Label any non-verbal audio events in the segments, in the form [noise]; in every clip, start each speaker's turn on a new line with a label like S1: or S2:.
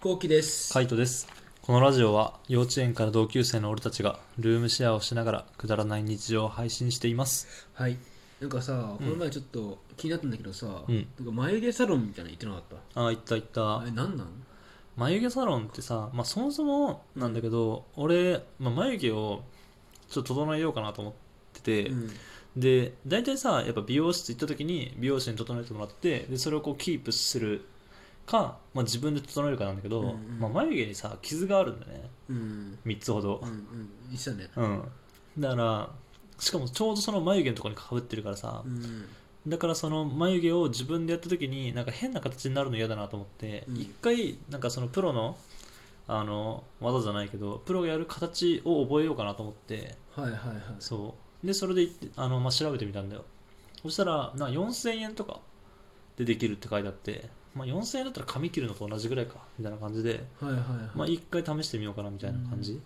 S1: こうきです。
S2: カイトですこのラジオは幼稚園から同級生の俺たちがルームシェアをしながらくだらない日常を配信しています
S1: はい。なんかさ、この前ちょっと気になったんだけどさ、
S2: うん
S1: なんか眉毛サロンみたいなの言ってなかっ。
S2: ああいったいったた
S1: え、なんなん
S2: 眉毛サロンってさ、まあ、そもそもなんだけど俺、まあ、眉毛をちょっと整えようかなと思ってて、
S1: うん。
S2: で大体さやっぱ美容室行った時に美容師に整えてもらってでそれをこうキープするか、まあ、自分で整えるかなんだけど、
S1: うんうん
S2: まあ、眉毛にさ傷があるんだよね
S1: うん。
S2: 3つほど
S1: うん。うん。言ってたね。
S2: うん、だからしかもちょうどその眉毛のところにかぶってるからさ
S1: う、ん。
S2: だからその眉毛を自分でやった時になんか変な形になるの嫌だなと思って
S1: うん
S2: 一、回なんかそのプロのあの技じゃないけどプロがやる形を覚えようかなと思って
S1: はいはいはい。
S2: そうでそれで行ってあの、まあ、調べてみたんだよそしたらな4000円とかでできるって書いてあって、まあ、4000円だったら髪切るのと同じぐらいかみたいな感じで
S1: はいはいはい。
S2: まあ、一回試してみようかなみたいな感じ、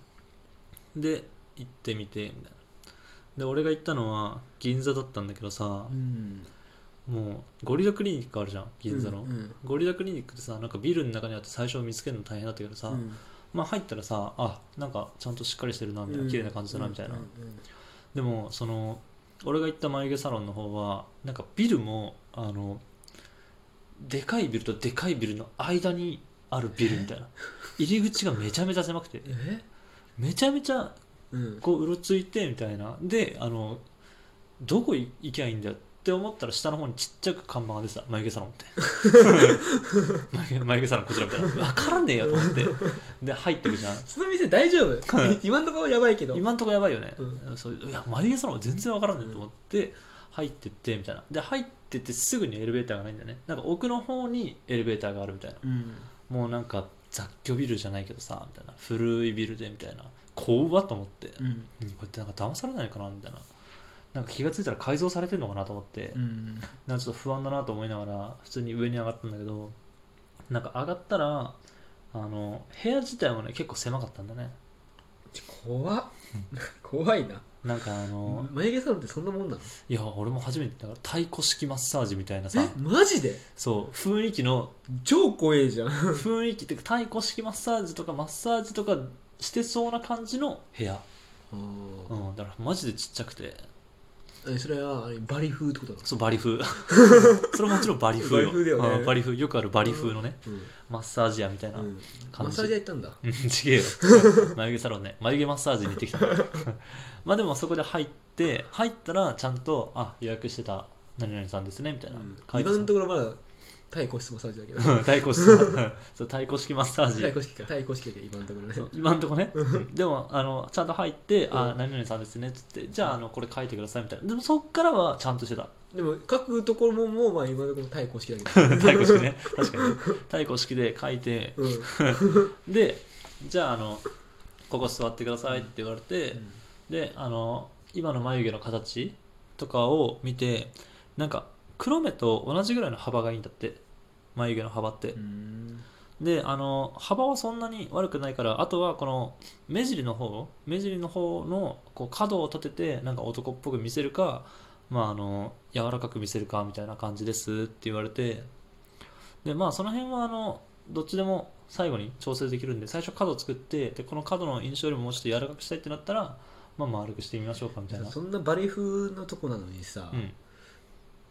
S2: で行ってみてみたいなで俺が行ったのは銀座だったんだけどさ
S1: う、ん。
S2: もうゴリラクリニックあるじゃん銀座の、
S1: うん。うん
S2: ゴリラクリニックってさなんかビルの中にあって最初見つけるの大変だったけどさ、
S1: うん
S2: まあ入ったらさあなんかちゃんとしっかりしてるなみたいな綺麗な感じだなみたいな、
S1: うんうん
S2: でもその俺が行った眉毛サロンの方はなんかビルもあのでかいビルとでかいビルの間にあるビルみた
S1: [laughs]
S2: いな入り口がめちゃめちゃ狭くて
S1: え
S2: めちゃめちゃ
S1: うん。
S2: こううろついてみたいなであのどこ行きゃいいんだよって思ったら下の方にちっちゃく看板が出てた眉毛サロンって眉毛眉毛サロンこちらみたいな分からねえよと思ってで入ってくじゃん
S1: その店大
S2: [laughs]
S1: 丈夫今んところやばいけど。
S2: 今んとこやばいよね、
S1: う
S2: そういや眉毛サロン全然わからんねんと思って入ってってみたいなで入ってってすぐにエレベーターがないんだよねなんか奥の方にエレベーターがあるみたいな
S1: うん。
S2: もうなんか雑居ビルじゃないけどさみたいな古いビルでみたいな怖っと思って、
S1: うん。
S2: うんこれってなんか騙されないかなみたいななんか気がついたら改造されてるのかなと思って、
S1: うん。
S2: なんかちょっと不安だなと思いながら普通に上に上がったんだけどなんか上がったらあの部屋自体もね結構狭かったんだね
S1: ちょ怖っ。 [laughs] 怖いな。
S2: なんかあの、
S1: 眉毛サロンってそんなもんなの
S2: いや俺も初めてだから太鼓式マッサージみたいなさ
S1: えマジで
S2: そう雰囲気の
S1: 超怖えじゃん。
S2: 雰囲気っていうか太鼓式マッサージとかマッサージとかしてそうな感じの部屋、うん、だからマジでちっちゃくて
S1: えそれはあれバリ風ってことなの
S2: そうバリ
S1: [laughs]
S2: 風それももちろんバリ風
S1: バ
S2: よ
S1: リ風だよね
S2: うんバリ風よくあるバリ風のね
S1: うん
S2: マッサージ屋みたいな、
S1: うん、マ
S2: 感
S1: ッ
S2: じ
S1: サージ屋行ったんだ
S2: うんち
S1: [laughs]
S2: げえよ眉毛サロンね眉毛マッサージに行ってきたまあでもそこで入って入ったらちゃんとあ予約してた何々さんですねみたいな、書いて
S1: 今
S2: た [laughs]
S1: のところまだ対個室マッサージだけど
S2: うん太鼓式 [laughs] そう太鼓式マッサージ
S1: 対個式か対個式だけど今のところね
S2: そう今んとこねでもあのちゃんと入って「
S1: うん
S2: あ何々さんですね」っつって「じゃああのこれ書いてください」みたいなでもそっからはちゃんとしてた
S1: [laughs]
S2: [laughs]
S1: でも各ところももうまあ今のところ対個式だけど
S2: 太鼓式ね確かに太鼓式で書いて
S1: うん、
S2: でじゃああのここ座ってくださいって言われて、であの今の眉毛の形とかを見てなんか黒目と同じぐらいの幅がいいんだって眉毛の幅って
S1: う、ん
S2: であの幅はそんなに悪くないからあとはこの目尻の方目尻の方のこう角を立ててなんか男っぽく見せるかまああの柔らかく見せるかみたいな感じですって言われてでまあその辺はあのどっちでも最後に調整できるんで最初角を作ってでこの角の印象よりももうちょっと柔らかくしたいってなったらまあ丸くしてみましょうかみたいな
S1: そんなバリ風のとこなのにさ、
S2: うん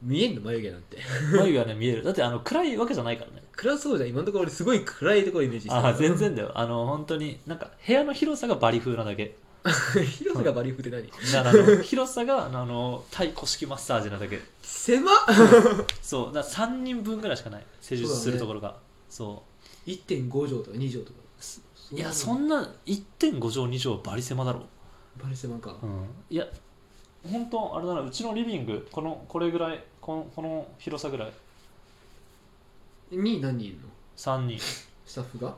S1: 見えんの眉毛なんて
S2: 眉がね見えるだってあの暗いわけじゃないからね
S1: 暗そうじゃん今のところ俺すごい暗いところイメージして
S2: あ
S1: た
S2: あ全然だよあの本当になんか部屋の広さがバリ風なだけ
S1: 広さがバリ風って何
S2: だからあ [laughs] の広さがあの太鼓式マッサージなだけ
S1: 狭っ
S2: そうだから3人分ぐらいしかない施術するところがそ
S1: 1.5畳とか2畳とか
S2: す,、
S1: そう
S2: いやそんな1.5畳2畳はバリ狭だろ
S1: バリ狭か、
S2: う、ん、いや本当あれだなうちのリビングこのこれぐらいこのこの広さぐらい
S1: に何人いるの
S2: 3人
S1: スタッフが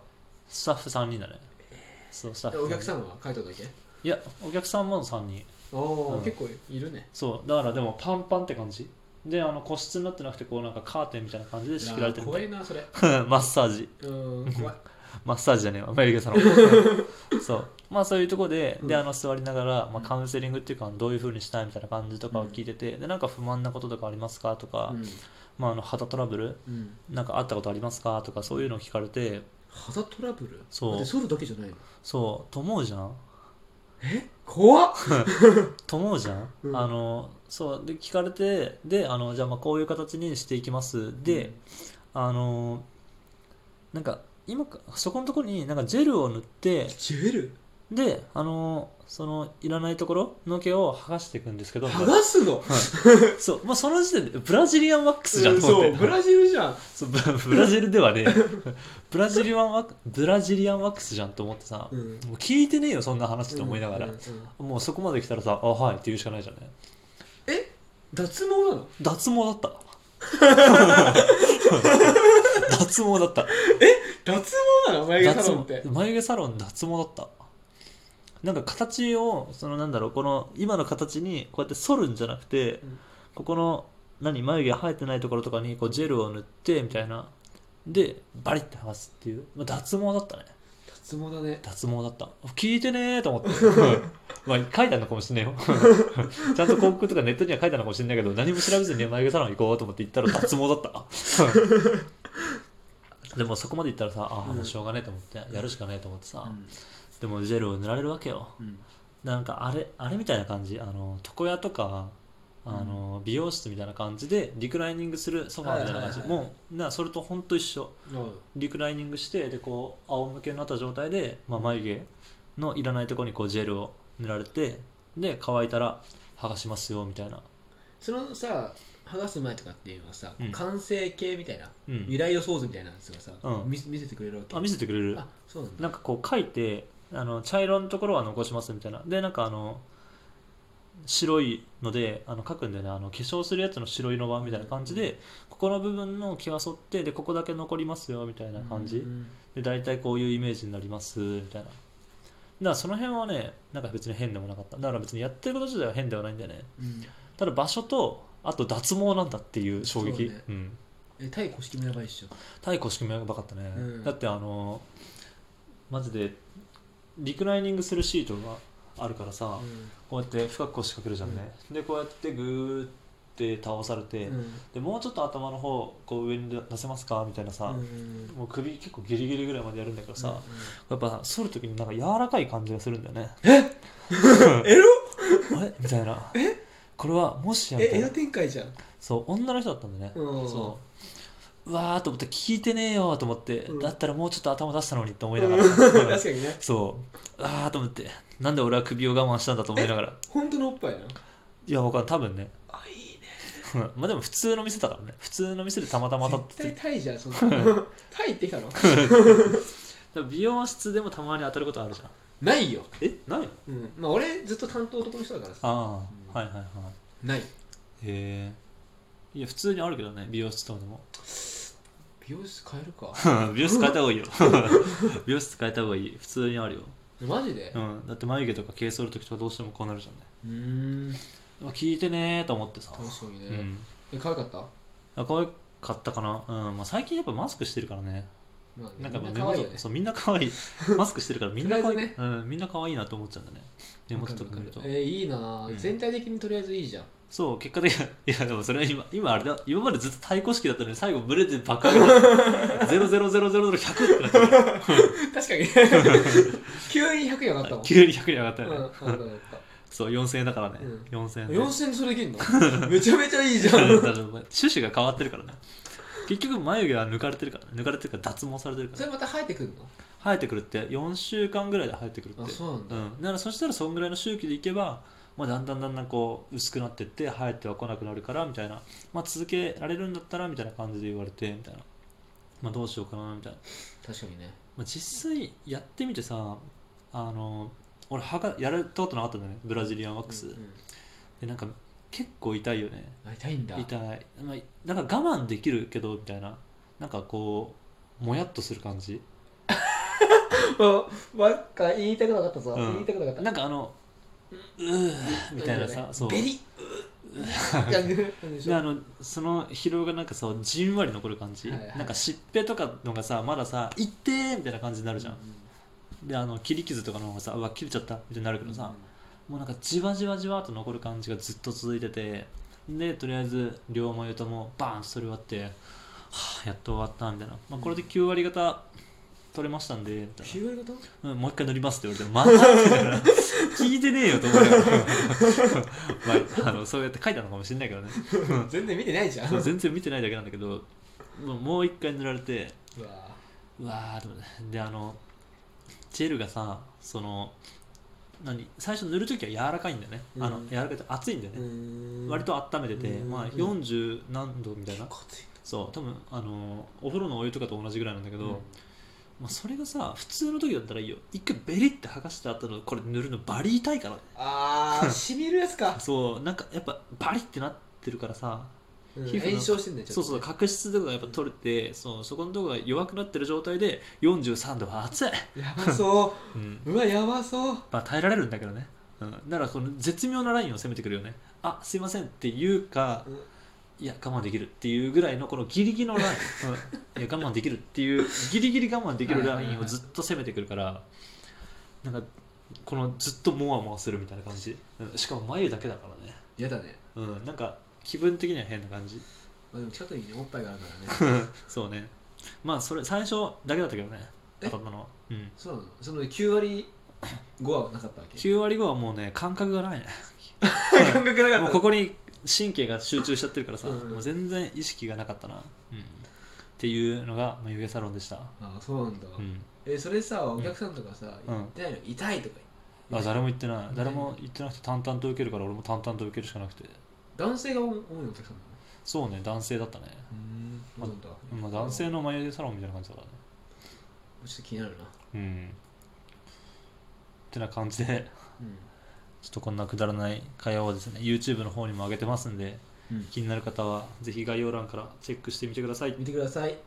S2: スタッフ3人だねそうスタッフ
S1: お客
S2: ん
S1: さんは書いただけ
S2: いやお客さんも3人
S1: おお、
S2: うん
S1: 結構いるね
S2: そうだからでもパンパンって感じであの個室になってなくてこうなんかカーテンみたいな感じで仕切られてるみ
S1: 怖
S2: たい
S1: いなそれ
S2: な [laughs] マッサージ
S1: うーん怖い
S2: マッサージじゃね
S1: [laughs]
S2: えわ眉毛サロンそうまあそういうとこで,、で
S1: うん
S2: あの座りながら、まあ、カウンセリングっていうかどういうふうにしたいみたいな感じとかを聞いてて、でなんか不満なこととかありますかとか、
S1: うん
S2: まあ、あの肌トラブル
S1: うん
S2: なんかあったことありますかとかそういうのを聞かれて
S1: 肌トラブル
S2: そう
S1: だって剃るだけじゃないの
S2: そうと思うじゃん
S1: え怖っ
S2: と思うじゃん、
S1: うん
S2: あのそうで聞かれてであのじゃあまあこういう形にしていきますで、あのなんか今かそこのところになんかジェルを塗って
S1: ジェル
S2: であのそのいらないところの毛を剥がしていくんですけど
S1: 剥がすの
S2: [laughs] そう、まあ、その時点でブラジリアンワックスじゃんと思っ
S1: そ
S2: て、
S1: うブラジルじゃん
S2: [laughs] そうブラブラジルではねえ [laughs] ブラジリアンワックブラジリアンワックスじゃんと思ってさ、
S1: うん
S2: もう聞いてねえよそんな話と思いながら、
S1: うんうん
S2: もうそこまで来たらさあはいって言うしかないじゃんね
S1: え脱毛なの
S2: 脱毛
S1: [laughs]
S2: だった [laughs] 脱毛だった
S1: 脱毛なの眉毛サロンって
S2: 脱毛眉毛サロン脱毛だったなんか形をそのなんだろうこの今の形にこうやって剃るんじゃなくて、
S1: うん
S2: ここの何眉毛生えてないところとかにこうジェルを塗ってみたいなでバリッて剥がすっていう、まあ、脱毛だったね
S1: 脱毛だね
S2: 脱毛だった聞いてねーと思って
S1: [laughs]
S2: まあ書いたのかもしんないよ [laughs] ちゃんと広告とかネットには書いたのかもしんないけど何も調べずに眉毛サロン行こうと思って行ったら脱毛だった [laughs] でもそこまで行ったらさああもうしょうがねえと思ってやるしかねえと思ってさ、でもジェルを塗られるわけよ
S1: うん
S2: なんかあれあれみたいな感じあの床屋とかあの美容室みたいな感じでリクライニングするソファーみたいな感じ、
S1: はいはいはい
S2: もうなそれとほんと一緒
S1: うん
S2: リクライニングしてでこう仰向けになった状態で、まあ、眉毛のいらないところにこうジェルを塗られてで乾いたら剥がしますよみたいな、
S1: そのさ剥がす前とかっていうのはさ、
S2: うん
S1: 完成形みたいな
S2: う
S1: 未
S2: ん、
S1: 来予想図みたいなやつがさ、
S2: うん
S1: 見せ見せてくれるわけ
S2: あ見せてくれる
S1: あそうなんだ
S2: なんかこう書いてあの茶色のところは残しますみたいなでなんかあの白いのであの書くんだよねあの化粧するやつの白色版みたいな感じで、ここの部分の毛は剃ってでここだけ残りますよみたいな感じ、
S1: うん
S2: で大体こういうイメージになりますみたいなだからその辺はねなんか別に変でもなかっただから別にやってること自体は変ではないんだよね
S1: うん
S2: ただ場所とあと脱毛なんだっていう衝撃う,、
S1: そうね
S2: ん
S1: えタイ古式もやばいっしょ
S2: 太鼓式もやばかったね、
S1: うん
S2: だってあのマジでリクライニングするシートがあるからさ、
S1: う
S2: こうやって深く腰掛けるじゃんね、でこうやってグーって倒されて、
S1: ん
S2: でもうちょっと頭の方こう上に出せますかみたいなさ、
S1: うん
S2: もう首結構ギリギリぐらいまでやるんだけどさ、
S1: う
S2: やっぱ剃る時になんか柔らかい感じがするんだよね
S1: んエロ
S2: あれみたいなこれはもしやみた
S1: え
S2: い
S1: エ
S2: な
S1: ロ展開じゃん
S2: そう女の人だったんだよね、
S1: うん
S2: そううわーと思って聞いてねえよと思って、
S1: うん
S2: だったらもうちょっと頭出したのにって思いながら、
S1: 確かにね
S2: [laughs] そううわーと思ってなんで俺は首を我慢したんだと思いながら
S1: 本当のおっぱいなの
S2: いや僕は多分ね [laughs]
S1: あいいね
S2: まあでも普通の店だからね普通の店でたまたま立っ
S1: 絶
S2: て
S1: 対
S2: て
S1: タイじゃんそん
S2: [laughs]
S1: なタイ行ってきたの
S2: でも美容室でもたまに当たることあるじゃん
S1: ないよ
S2: えない
S1: うんまあ俺ずっと担当男の人だからさ
S2: あ
S1: うん
S2: あ、はいはいはい
S1: ない
S2: へえいや普通にあるけどね美容室とかでも
S1: 美容室変えるか
S2: 美容室変えた方
S1: [laughs]
S2: がいいよ美容室変えた方がいい普通にあるよ、
S1: マジで
S2: うん、だって眉毛とか毛剃る時とかどうしてもこうなるじゃんね
S1: うーん
S2: まあ聞いてねーと思ってさ、
S1: 楽しみ
S2: う
S1: ね、
S2: ん、
S1: え可愛かった、
S2: あ可愛かったかな、うんまあ、最近やっぱマスクしてるからね
S1: まあ、
S2: なんかまあ
S1: み
S2: 目
S1: 可愛い
S2: 元
S1: よね
S2: そうみんな可愛いマスクしてるからみんな可愛い、
S1: とりあえず
S2: うん、みんな可愛いなと思っちゃうんだね目元とか見ると
S1: えーいいなぁ、
S2: うん
S1: 全体的にとりあえずいい
S2: [laughs]
S1: じゃん
S2: そう結果的にいやでもそれは今今あれだ今までずっと対抗式だったのに最後ブレてばっかり
S1: [laughs]
S2: ゼロゼロゼロゼロゼロ100ってなってる
S1: 確
S2: [laughs]
S1: かに急に100円上がったもん
S2: 急に100に上がったよね、
S1: うん、上がった
S2: そう4000円だ [laughs] からね、
S1: うん
S2: 4000円で
S1: 4000でそれできんの [laughs] めちゃめちゃいいじゃん
S2: だから趣旨が変わってるからね結局眉毛は抜かれてるから抜かれてるから脱毛されてるから
S1: それまた生えてくんの
S2: 生えてくるって4週間ぐらいで生えてくるって
S1: あそうなんだ、
S2: ん、だからそしたらそんぐらいの周期でいけば、まあ、だんだんだんだんこう薄くなってって生えてはこなくなるからみたいな、まあ、続けられるんだったらみたいな感じで言われてみたいな、まあ、どうしようかなみたいな、
S1: 確かにね
S2: まあ、実際やってみてさあの俺歯がやられたことなかったんだよねブラジリアンワックス、
S1: うんうん
S2: でなんか結構痛いよね
S1: あ痛いんだ
S2: 痛い、まあ、なんか我慢できるけどみたいななんかこうもやっとする感じ
S1: あばっか言いたくなかったぞ、
S2: うん
S1: 言いたくなかった
S2: なんかあのうーみたいなさそう
S1: ベリ
S2: [laughs]
S1: ッやるなんでし
S2: で
S1: ょ
S2: あのその疲労がなんかさじんわり残る感じ、
S1: はいはい
S2: なんか疾病とかのがさまださ「いってー!」みたいな感じになるじゃん、であの切り傷とかの方がさ「うわ切れちゃった」みたいになるけどさ、もうなんかじわじわじわっと残る感じがずっと続いててでとりあえず両眉ともバーンとそれ終わってはあやっと終わったみたいな、まあ、これで9割方取れましたんでみたい
S1: 9割方
S2: な、うん、もう一回乗りますって言われてマジで聞いてねえよと思いながら、 [laughs] まあ、あのそうやって書いたのかもしれないけどね
S1: 全然見てないじゃん
S2: そう全然見てないだけなんだけどもうもう一回塗られて
S1: うわ
S2: うわーでもねであのジェルがさその何最初塗る時は柔らかいんだよね、あの
S1: うん
S2: 柔らかいと熱いんだよ
S1: う
S2: ね、
S1: ん
S2: 割と温めてて、
S1: うん
S2: まあ40何度みたいな、
S1: 結構熱い
S2: そう多分あのお風呂のお湯とかと同じぐらいなんだけど、
S1: うん
S2: まあ、それがさ普通の時だったらいいよ一回ベリって剥がした後のこれ塗るのバリ痛いからね
S1: あーしみるやつか、
S2: そうなんかやっぱバリってなってるからさ
S1: うん
S2: 皮膚の
S1: 炎症してんだよ
S2: そうそう角質とかがやっぱ取れて、そうそこのとこが弱くなってる状態で43度は熱い、
S1: やばそ
S2: うん
S1: ううわやばそう
S2: まあ、耐えられるんだけどね、うん、ならこの絶妙なラインを攻めてくるよねあすいませんって言うか
S1: うん
S2: いや我慢できるっていうぐらいのこのギリギリのライン、うんいや我慢できるっていうギリギリ我慢できるラインをずっと攻めてくるからなんかこのずっとモワモワするみたいな感じ、うん、しかも眉だけだからね、
S1: 嫌だね、
S2: うん、なんか気分的には変な感じ
S1: まあ、でも近くにねおっぱいがあるからね
S2: そうねまあそれ最初だけだったけどね
S1: え
S2: 当たったのは、うん、
S1: そうなのその9割5はなかったわ
S2: [laughs]
S1: け
S2: 9割後はもうね感覚がない
S1: [laughs]
S2: ね
S1: 感覚な
S2: もうここに神経が集中しちゃってるからさ、
S1: うん
S2: もう全然意識がなかったな、うん、っていうのが眉毛サロンでした、
S1: あそうなんだ、
S2: うん
S1: えそれさお客さんとかさ、
S2: うん
S1: 言ってないの痛いとか言
S2: あ
S1: って
S2: 誰も言ってない
S1: うん
S2: 誰も言ってなくて淡々と受けるから俺も淡々と受けるしかなくて
S1: 男性が多いお客さんなの
S2: そうね男性だったね、
S1: うんそうなんだ、
S2: まあ、男性の眉毛サロンみたいな感じだからね
S1: ちょっと気になるな
S2: うんってな感じで
S1: う
S2: ちょっとこんなくだらない会話をですね YouTube の方にも上げてますんで
S1: ん、うん、
S2: 気になる方はぜひ概要欄からチェックしてみてください
S1: 見てください